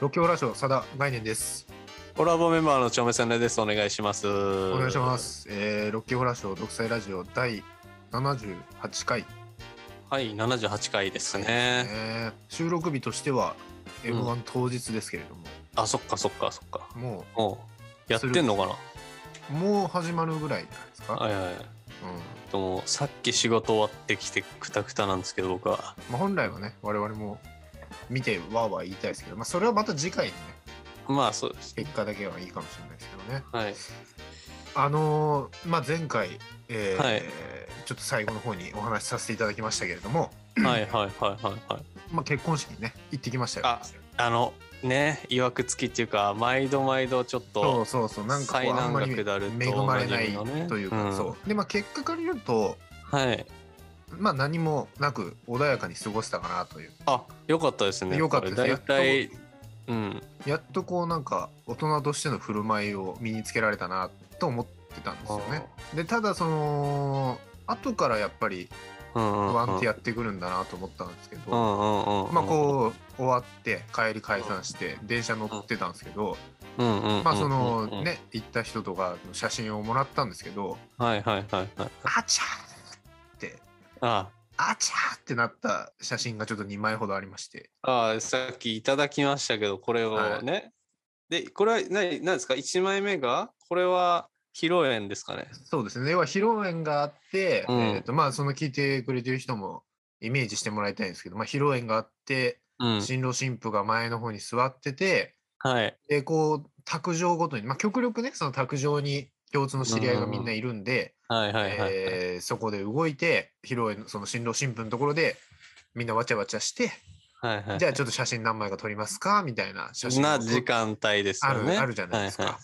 ロケオラ賞、さだ概念です。コラボメンバーのちょめさねです。お願いします。おお願いしま。す。えー、ロケオラ賞、独裁ラジオ第78回、はい、78回ですね。えー収録日としては M1 当日ですけれども、あ、そっかそっかそっか。ももう、やってんのかう、もう始まるぐらいじゃないですか。なはいはい。うんでも、さっき仕事終わってきてくたくたなんですけど、僕は。まあ、本来はね、我々も見てわーわー言いたいですけど、まあ、それはまた次回にね、まあ、そうです。結果だけはいいかもしれないですけどね。はい。あのーまあ、前回、えーはいちょっと最後の方にお話しさせていただきましたけれども、はいはいはいはいはい。まあ、結婚式にね行ってきましたよ。ああの、ね、いわくつきっていうか、毎度毎度ちょっそうと、そうそうなんかこう災あん難まがり恵下るとまれないおなじみのねというか、うんそうでまあ結果から言うとはい。まあ何もなく穏やかに過ごしたかなというあ、よかったですね。よかったですこれやっと大体、うん。やっとこうなんか大人としての振る舞いを身につけられたなと思ってたんですよね。でただその後からやっぱりうんうんうん。不安ってやってくるんだなと思ったんですけど、うんうんうんうん。まあこう終わって帰り解散して電車乗ってたんですけど、うんうんうんうんまあその。ね行った人とかの写真をもらったんですけどはいはいはいはい。あちゃーってああちゃーってなった写真がちょっと2枚ほどありましてあ、さっきいただきましたけど、これはをいね。で、これは何、何ですか ?1 枚目がこれは披露宴ですかね。そうですね要は披露宴があって、うんえーとまあその聞いてくれてる人もイメージしてもらいたいんですけど、まあ、披露宴があってうん。新郎新婦が前の方に座っててはい。でこう卓上ごとに、まあ、極力ねその卓上に共通の知り合いがみんないるんで、はいはいはい。えーそこで動いて披露宴のその新郎新婦のところでみんなわちゃわちゃして、はいはい。じゃあちょっと写真何枚か撮りますかみたいな写真をな時間帯ですよあね。るあるじゃないですかは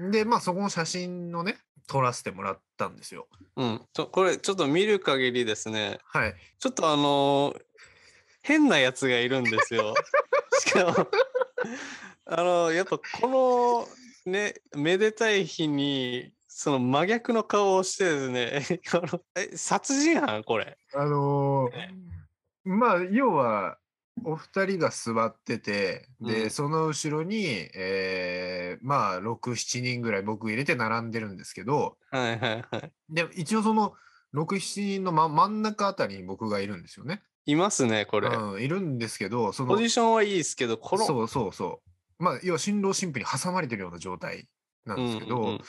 はで、まあ、そこの写真をね、撮らせてもらったんですよ。うん。ちょこれ、ちょっと見る限りですね、はい。ちょっとあのー変なやつがいるんで すよ。しかも、あのーやっぱこの、ね、めでたい日に、その真逆の顔をしてですね、 あのえ、殺人犯これ。あのーまあ、要は、お二人が座ってて、で、うんその後ろに、えーまあ、6、7人ぐらい僕入れて並んでるんですけど、はいはいはい。で、一応その、6、7人の、ま、真ん中あたりに僕がいるんですよね。いますね、これ。うん、いるんですけど、そのポ、ジションはいいですけど、この、そうそうそう。まあ、要は新郎新婦に挟まれてるような状態なんですけど、うんうんうん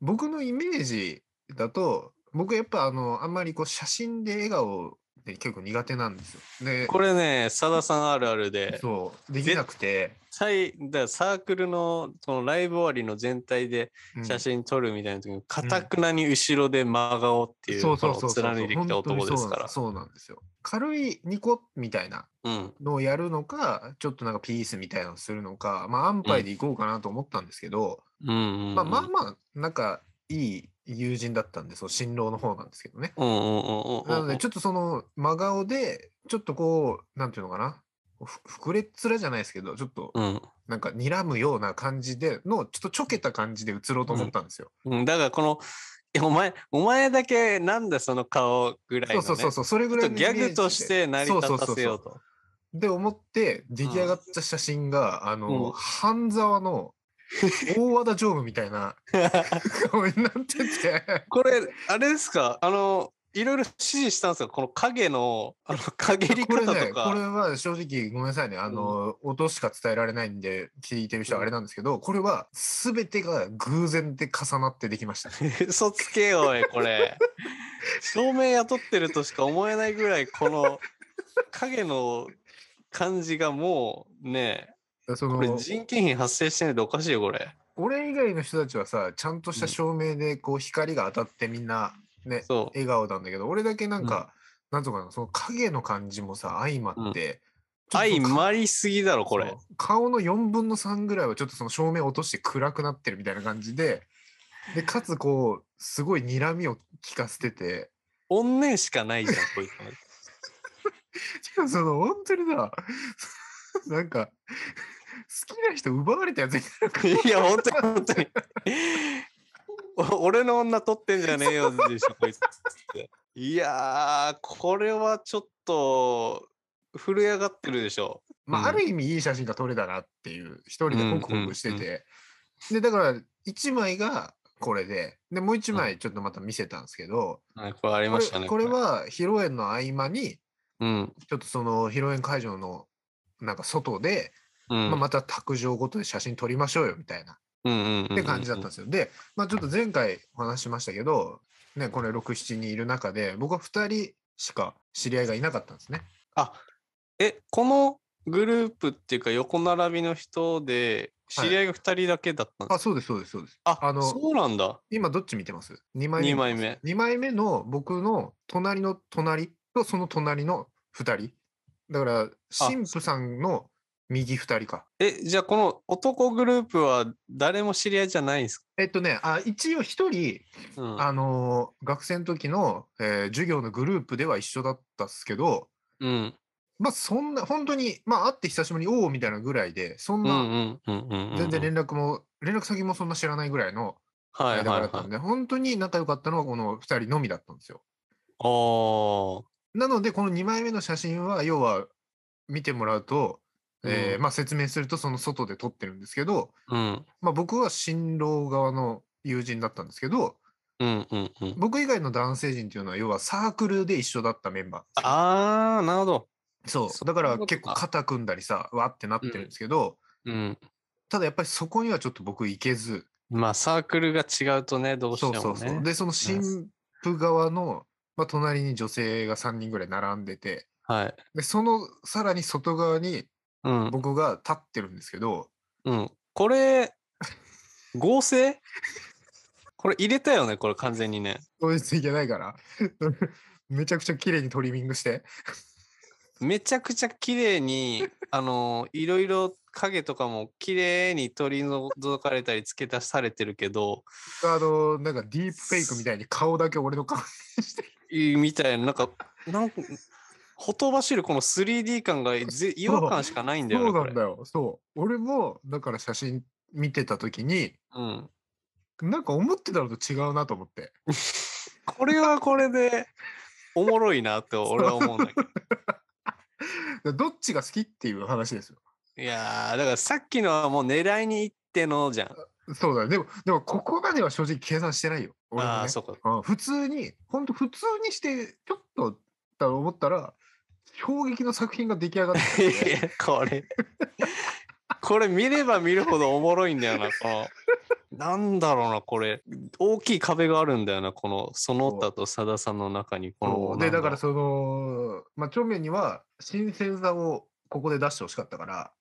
僕のイメージだと、僕やっぱあの、あんまりこう写真で笑顔で結構苦手なんですよ。で、これね、さださんあるあるで、そう、できなくて、最だからサークルのそのライブ終わりの全体でうん写真撮るみたいな時に、かたくなに後ろで真顔っていう、そうこそうのそうそう貫いてきた男ですから。そうなんそうなんですよ。軽いニコみたいなうん。のをやるのか、ちょっとなんかピースみたいなのをするのか、まあ安牌でいこうかなと思ったんですけど、うんうんうん。まあまあまあ、なんかいい友人だったんで、そう新郎の方なんですけどね。うんうんうんうん。なので、ちょっとその真顔で、ちょっとこう、なんていうのかな、ふ膨れっ面じゃないですけど、ちょっとうんなんか睨むような感じでの、ちょっとちょけた感じで映ろうと思ったんですよ。うん。だからこの、いやお前、お前だけなんだその顔ぐらいの、ね。そうそうそうそう、それぐちらょっいとのギャイメーグジとして成り立たせようそうそうそうと。そうで、思って、出来上がった写真が、あうんの、半沢の大和田常務みたいな顔になってて、 これ、あれですかあの、いろいろ指示したんですかこの影の、あの、陰りこれ方ね、とか。これは正直ごめんなさいね、あの、音しか伝えられないんで、聞いてる人はあれなんですけど、これは全てが偶然で重なってできました。 嘘つけよおいこれ照明雇ってるとしか思えないぐらいこの影の感じがもうねそこれの人件費発生してないとおかしいよこれ俺以外の人たちはさちゃんとした照明でこう光が当たってみんなね、そ笑顔なんだけど俺だけなんか、なんとかなその影の感じもさ相まって、う相っまりすぎだろこれ顔の4分の3ぐらいはちょっとその照明落として暗くなってるみたいな感じででかつこうすごい睨みを聞かせてて 怨念しかないじゃんこいつのしかもその本当にさ なんか好きな人奪われたやつみたいないや、本当に本当に。お俺の女取ってんじゃねえよでしょ、こいつ。いやー、これはちょっと、震え上がってるでしょ。まあ、うんある意味いい写真が撮れたなっていう、一人でホクホクしてうんうんて、で、だから、一枚がこれで、で、もう一枚ちょっとまた見せたんですけど、はいこれありこましたれね。これ、は披露宴の合間に、うん。ちょっとその披露宴会場のなんか外で、うん。まあ、また卓上ごとで写真撮りましょうよみたいなうんうんうんうんって感じだったんですよ。で、まあ、ちょっと前回お話ししましたけど、ね、これ6、7人いる中で、僕は2人しか知り合いがいなかったんですね。あえこのグループっていうか横並びの人ではい知り合いが2人だけだったんですあ、そうです、そうです、そうです。ああのそうなんだ今どっち見てます ?2 枚目。 2枚目2枚目の僕の隣の隣とその隣の2人。だから、神父さんの右2人か。えじゃあこの男グループは誰も知り合いじゃないんですか、えっとね、あ一応一人、うん、あのー学生の時の、えー授業のグループでは一緒だったっすけど、うんまあそんな、本当に、まあ会って久しぶりに、おおみたいなぐらいで、そんうんうな、んうんうんうん全然連絡も、連絡先もそんな知らないぐらいのはいは間い柄はいだったんで、本当に仲良かったのはこの2人のみだったんですよ。あーなので、この2枚目の写真は、要は見てもらうと、えーうんまあ説明すると、その外で撮ってるんですけど、うんまあ僕は新郎側の友人だったんですけど、うんうんうん僕以外の男性陣っていうのは、要はサークルで一緒だったメンバーなんですよ。あーなるほどそう。そうだかいうらこと結構か肩組んだりさ、わーってなってるんですけど、うんただやっぱりそこにはちょっと僕行けず、まあサークルが違うとねどうしてそもうねそうそう。で、その新婦側の、まあ、隣に女性が3人ぐらい並んでて、はいで、そのさらに外側にうん僕が立ってるんですけど、うん。これ、合成これ入れたよね、これ完全にね。当日行けないから、 めちゃくちゃ綺麗にトリミングして、めちゃくちゃ綺麗に、あの、いろいろ影とかも綺麗に取り除かれたり付け足されてるけど、あの、なんかディープフェイクみたいに顔だけ俺の顔にして、いいみたいな、なんか、なんか、ほとばしるこの 3D 感がぜ違和感しかないんだよそね。うこなれんだよ。そう。俺も、だから写真見てた時に、うん。なんか思ってたのと違うなと思って。これはこれで、おもろいなって俺は思うんだけど。でどっちが好きっていう話ですよ。いやー、だからさっきのはもう狙いに行ってのじゃん。そうだね。でも、でもここまでは正直計算してないよ。俺もねああー、そうか。うん普通に、本当普通にして、ちょっとだと思ったら、衝撃の作品が出来上がってきて いやこれこれ見れば見るほどおもろいんだよなこのなんだろうなこれ大きい壁があるんだよなこのその他とさださんの中にこそのうで、だからなんその、まあ、著名には新鮮さをここで出してほしかったから、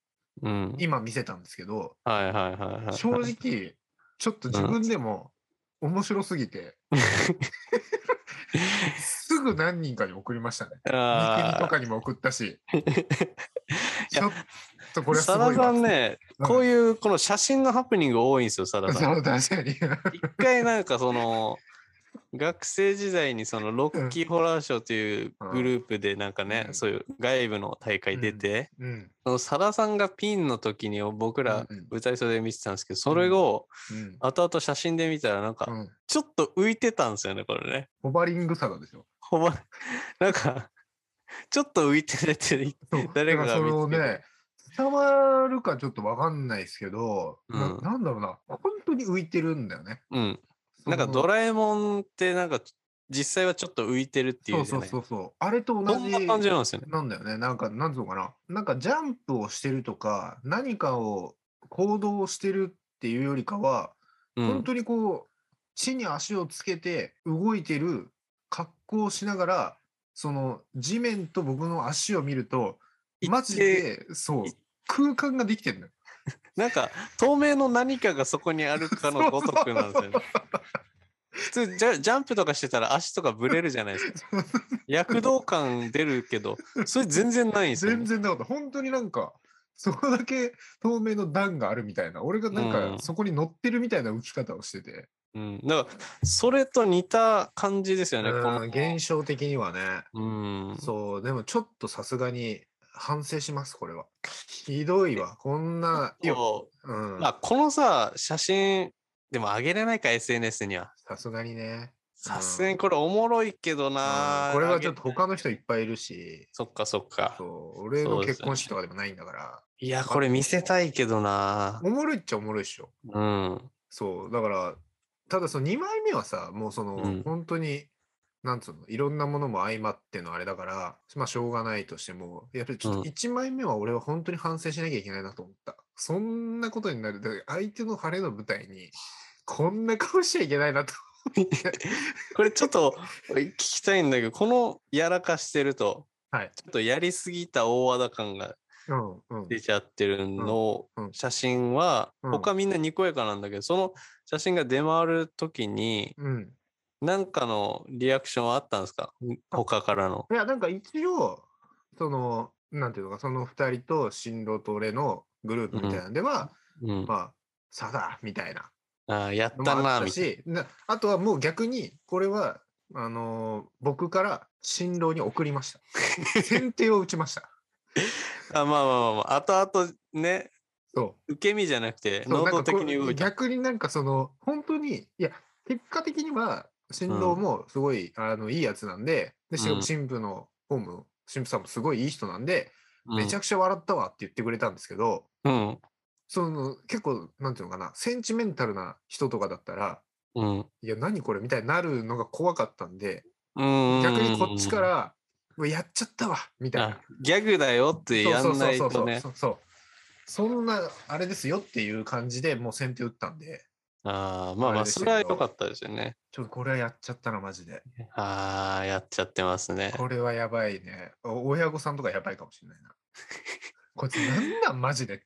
うん今見せたんですけど、はいはいはいはい正直、ちょっと自分でも面白すぎて、すぐ何人かに送りましたね。ミキあニとかにも送ったし、 いやちょっとこれはすさごだいさわんね、うんこういうこの写真のハプニング多いんですよさださんそう確かに。 一回なんかその学生時代にそのロッキーホラーショーというグループでなんかね、うんそういう外部の大会出て、うん。そのさださんがピンの時に僕らうんうん舞台袖で見てたんですけど、それをうん。後々写真で見たらなんうかん、ちょっと浮いてたんですよねこれね。 ホバリングさがでしょ。ほんまなんかちょっと浮いて出てる。そう 誰かだがらそ見れをね、つけて伝わるかちょっとわかんないですけど、なうんなんだろうな、本当に浮いてるんだよね。うん。なんかそのドラえもんってなんか実際はちょっと浮いてるっていうじそゃうなそうい。そうそう。あれと同そじんな感じなんですよね。なんだよね。なんか、なんつうのかな。なんかジャンプをしてるとか、何かを行動をしてるっていうよりかは、う本ん。当にこう、地に足をつけて動いてる格好をしながら、その地面と僕の足を見ると、マジで、そうい、空間ができてるのよ。なんか透明の何かがそこにあるかのごとくなんですよね。普通ジャジャンプとかしてたら足とかブレるじゃない ですか。躍動感出るけど、 それ全然ないんですよ、ね。全然なかった。本当になんか、そこだけ透明の段があるみたいな、俺がなんうかんそこに乗ってるみたいな浮き方をしてて、うん、だからそれと似た感じですよね、このうん現象的にはね、うん、そう、でもちょっとさすがに反省します、これは。ひどいわ、こんな、いやこううんまあ、このさ写真でも上げれないか SNS にはさすがにね。さすがにこれおもろいけどな、これはちょっとあげ他の人いっぱいいるし、そっかそっかそう俺の結婚式とかでもないんだから、いやこれ見せたいけどなおもろいっちゃおもろいっしょ。うんそう、だから、ただその2枚目はさ、もうその、うん本当に、なんつうの、いろんなものも相まってのあれだから、まあしょうがないとしても、やっぱりちょっうんと1枚目は俺は本当に反省しなきゃいけないなと思った。そんなことになる。だから相手の晴れの舞台に、こんな顔しちゃいけないなと。 これちょっと聞きたいんだけどこのやらかしてると、はいちょっとやりすぎた大和田感がうんうん。出ちゃってるのうんうん写真は、うん他みんなにこやかなんだけどその写真が出回る時にうん。何かのリアクションはあったんですか他からの。いや、なんか一応、その、なんていうのか、その2人と新郎と俺のグループみたいなんでは、うん、まあ、さだ、みたいなあーやっのたもあなったみたいし、なあとはもう逆に、これは、あのー僕から新郎に送りま した。先手を打ちました。な。あまあまあまあまあ後々ねそ受け身じゃなくてう。そう能なん動か的こうに動いた。逆になんかその、本当に、いや、結果的には、新郎もすごい、あの、いいやつなんで、で、しかうんも新婦の方も、新婦さんもすごいいい人なんで、うんめちゃくちゃ笑ったわって言ってくれたんですけど、うんその結構なんていうのかなセンチメンタルな人とかだったらうん「いや何これ」みたいになるのが怖かったんでうん逆にこっちから「うわやっちゃったわ」みたいあな。ギャグだよってやんないそうそうそとうねそうそうそんなあれですよっていう感じでもう先手打ったんであーまああまあれでしそたけれどは良かったですよねちょっとこれはやっちゃったなマジでああやっちゃってますねこれはやばいねお親御さんとかやばいかもしれ ないなこいつなんなんマジでって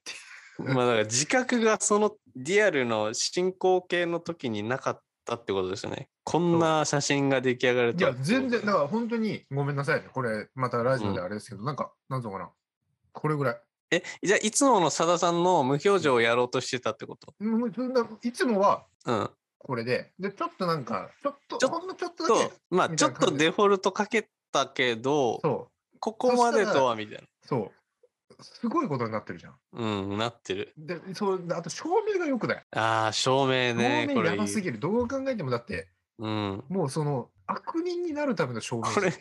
まあだから自覚がそのリアルの進行形の時になかったってことですよね。こんな写真が出来上がるいとはや、全然、だから本当にごめんなさいね。これ、またラジオであれですけど、なんか、なんぞかな。これぐらい。え、じゃあいつものさださんの無表情をやろうとしてたってこともうそんないつもはうん。これで、で、ちょっとなんか、ちょっと、ちょっほんのちょっとだとけ。、まあみちたょいっな感じとデフォルトかけたけど、そ、ここまでとはみたいうそう。すごいことになってるじゃん。な。うん、なってる。で、そう、あと照明が良くない。ああ、照明照ね。明これやいいばすぎる。どう考えてもだって、うん。もうその、悪人になるための照明じゃん。これ、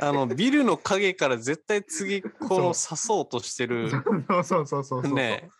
あの、ビルの影から絶対次、この刺そうとして る、そうそうそうそうそう。ね。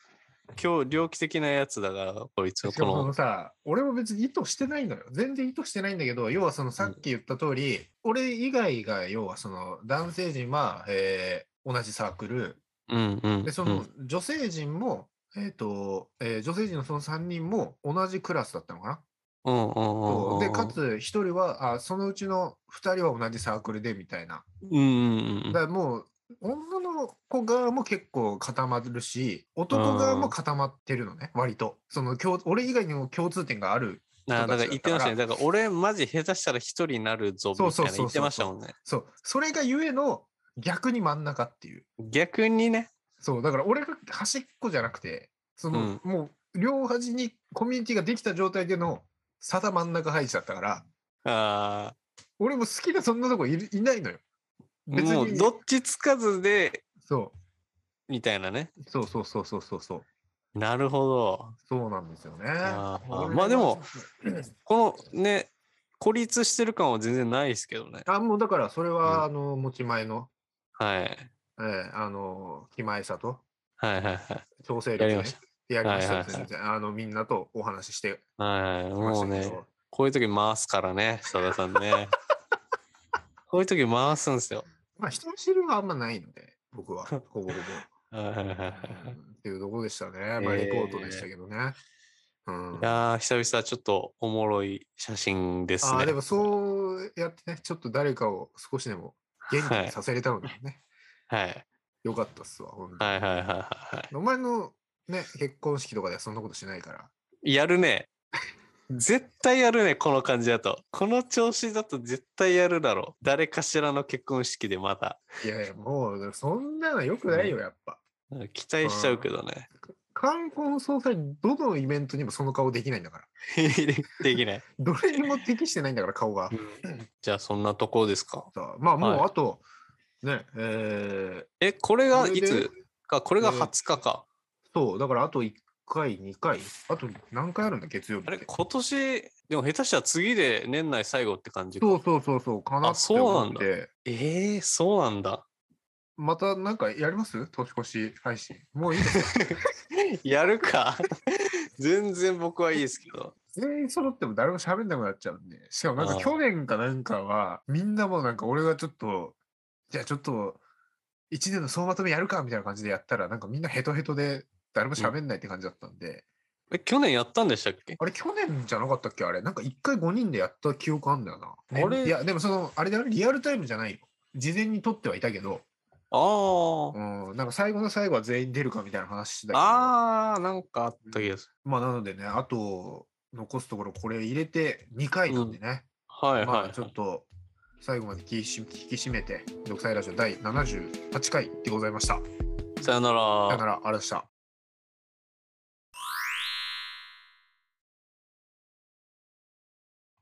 今日、猟奇的なやつだから、こいつしのかこもそののさ、俺も別に意図してないのよ。全然意図してないんだけど、要はそのさっき言った通り、俺以外が要はその男性陣は、えー同じサークル、うんうん。で、その女性陣も、えっ、と、えー女性陣のその3人も同じクラスだったのかな。うんうんうんうんうそん。うで、かつ1人はあ、そのうちの2人は同じサークルでみたいな。うんうんうんうんだからもう、女の子側も結構固まるし、男側も固まってるのね、割と。その共俺以外にも共通点があるあーだから言ってましたね。人だから俺マジ下手したら一人になるぞみたいそうそうそうなそう言ってましたもんね。そう、それがゆえの逆に真ん中っていう。逆にね。そう、だから俺が端っこじゃなくて、その、もう両端にコミュニティができた状態でのさだ真ん中配置だったから、あ俺も好きなそんなとこいるいないのよ。ー別にもうどっちつかずでそみたいなね。う、そうそうそうそうそうそう。なるほど。そうなんですよね。あー俺がまあでも。このね、孤立してる感は全然ないですけどね。あ、もうだからそれは、うんあの、持ち前の、はい。えーあの、気前さとはいはいはい。調整や力りねましやりました。はいはいはい全然あの、みんなとお話ししてた。はい。ましもうたけど。ね、こういう時回すからね、さださん ね。こういう時回すんですよ。まあ、人見知りはあんまないので、僕 は、ほぼほぼ。はいはいはいはうんいっていうところでした ね。まあ、レコードでしたけどね。うんいやー、久々ちょっとおもろい写真ですね。ああ、でもそうやってね、ちょっと誰かを少しでも元気にさせれたのでね、はい。よかったっすわ、ほんとはいはいはいはいはお前のね、結婚式とかではそんなことしないから。い。やるね。絶対やるね、この感じだと。この調子だと絶対やるだろう。誰かしらの結婚式でまた。いやいや、もう、そんなのよくないよ、やっぱ。期待しちゃうけどね。冠婚葬祭、どのイベントにもその顔できないんだから。できない。どれにも適してないんだから、顔が。じゃあそんなとこですか。さあまあ、もう、はいあと、ね、えーえ、これがこれいでつか、これがえー20日か。そう、だからあと1回、2回、あと何回あるんだ、月曜日あっれ、て。今年、でも下手したら次で年内最後って感じかそうそうそうそう、かなあってそうな思んっだて。ええそうなんだ。またなんかやります年越し配信。もういいですかやる か。全然僕はいいですけど。全員揃っても誰も喋んなくなっちゃうんで。しかもなんあかあ去年かなんかは、みんなもなんか俺がちょっと、じゃあちょっと、一年の総まとめやるかみたいな感じでやったら、なんかみんなヘトヘトで誰も喋んないって感じだったんで、え、去年やったんでしたっけあれ去年じゃなかったっけあれなんか一回5人でやった記憶あんだよな。あれいや、でもその、あれであれリアルタイムじゃないよ。事前に撮ってはいたけど、ああ。うん、なんか最後の最後は全員出るかみたいな話してたけど。ああ、なんかあった気がする。まあなのでね、あと残すところこれ入れて2回なんでね、はいまはあい。ちょっと最後まで聞きし引き締めて、独裁ラジオ第78回でございました。さよならさよなら、ありがとうございました。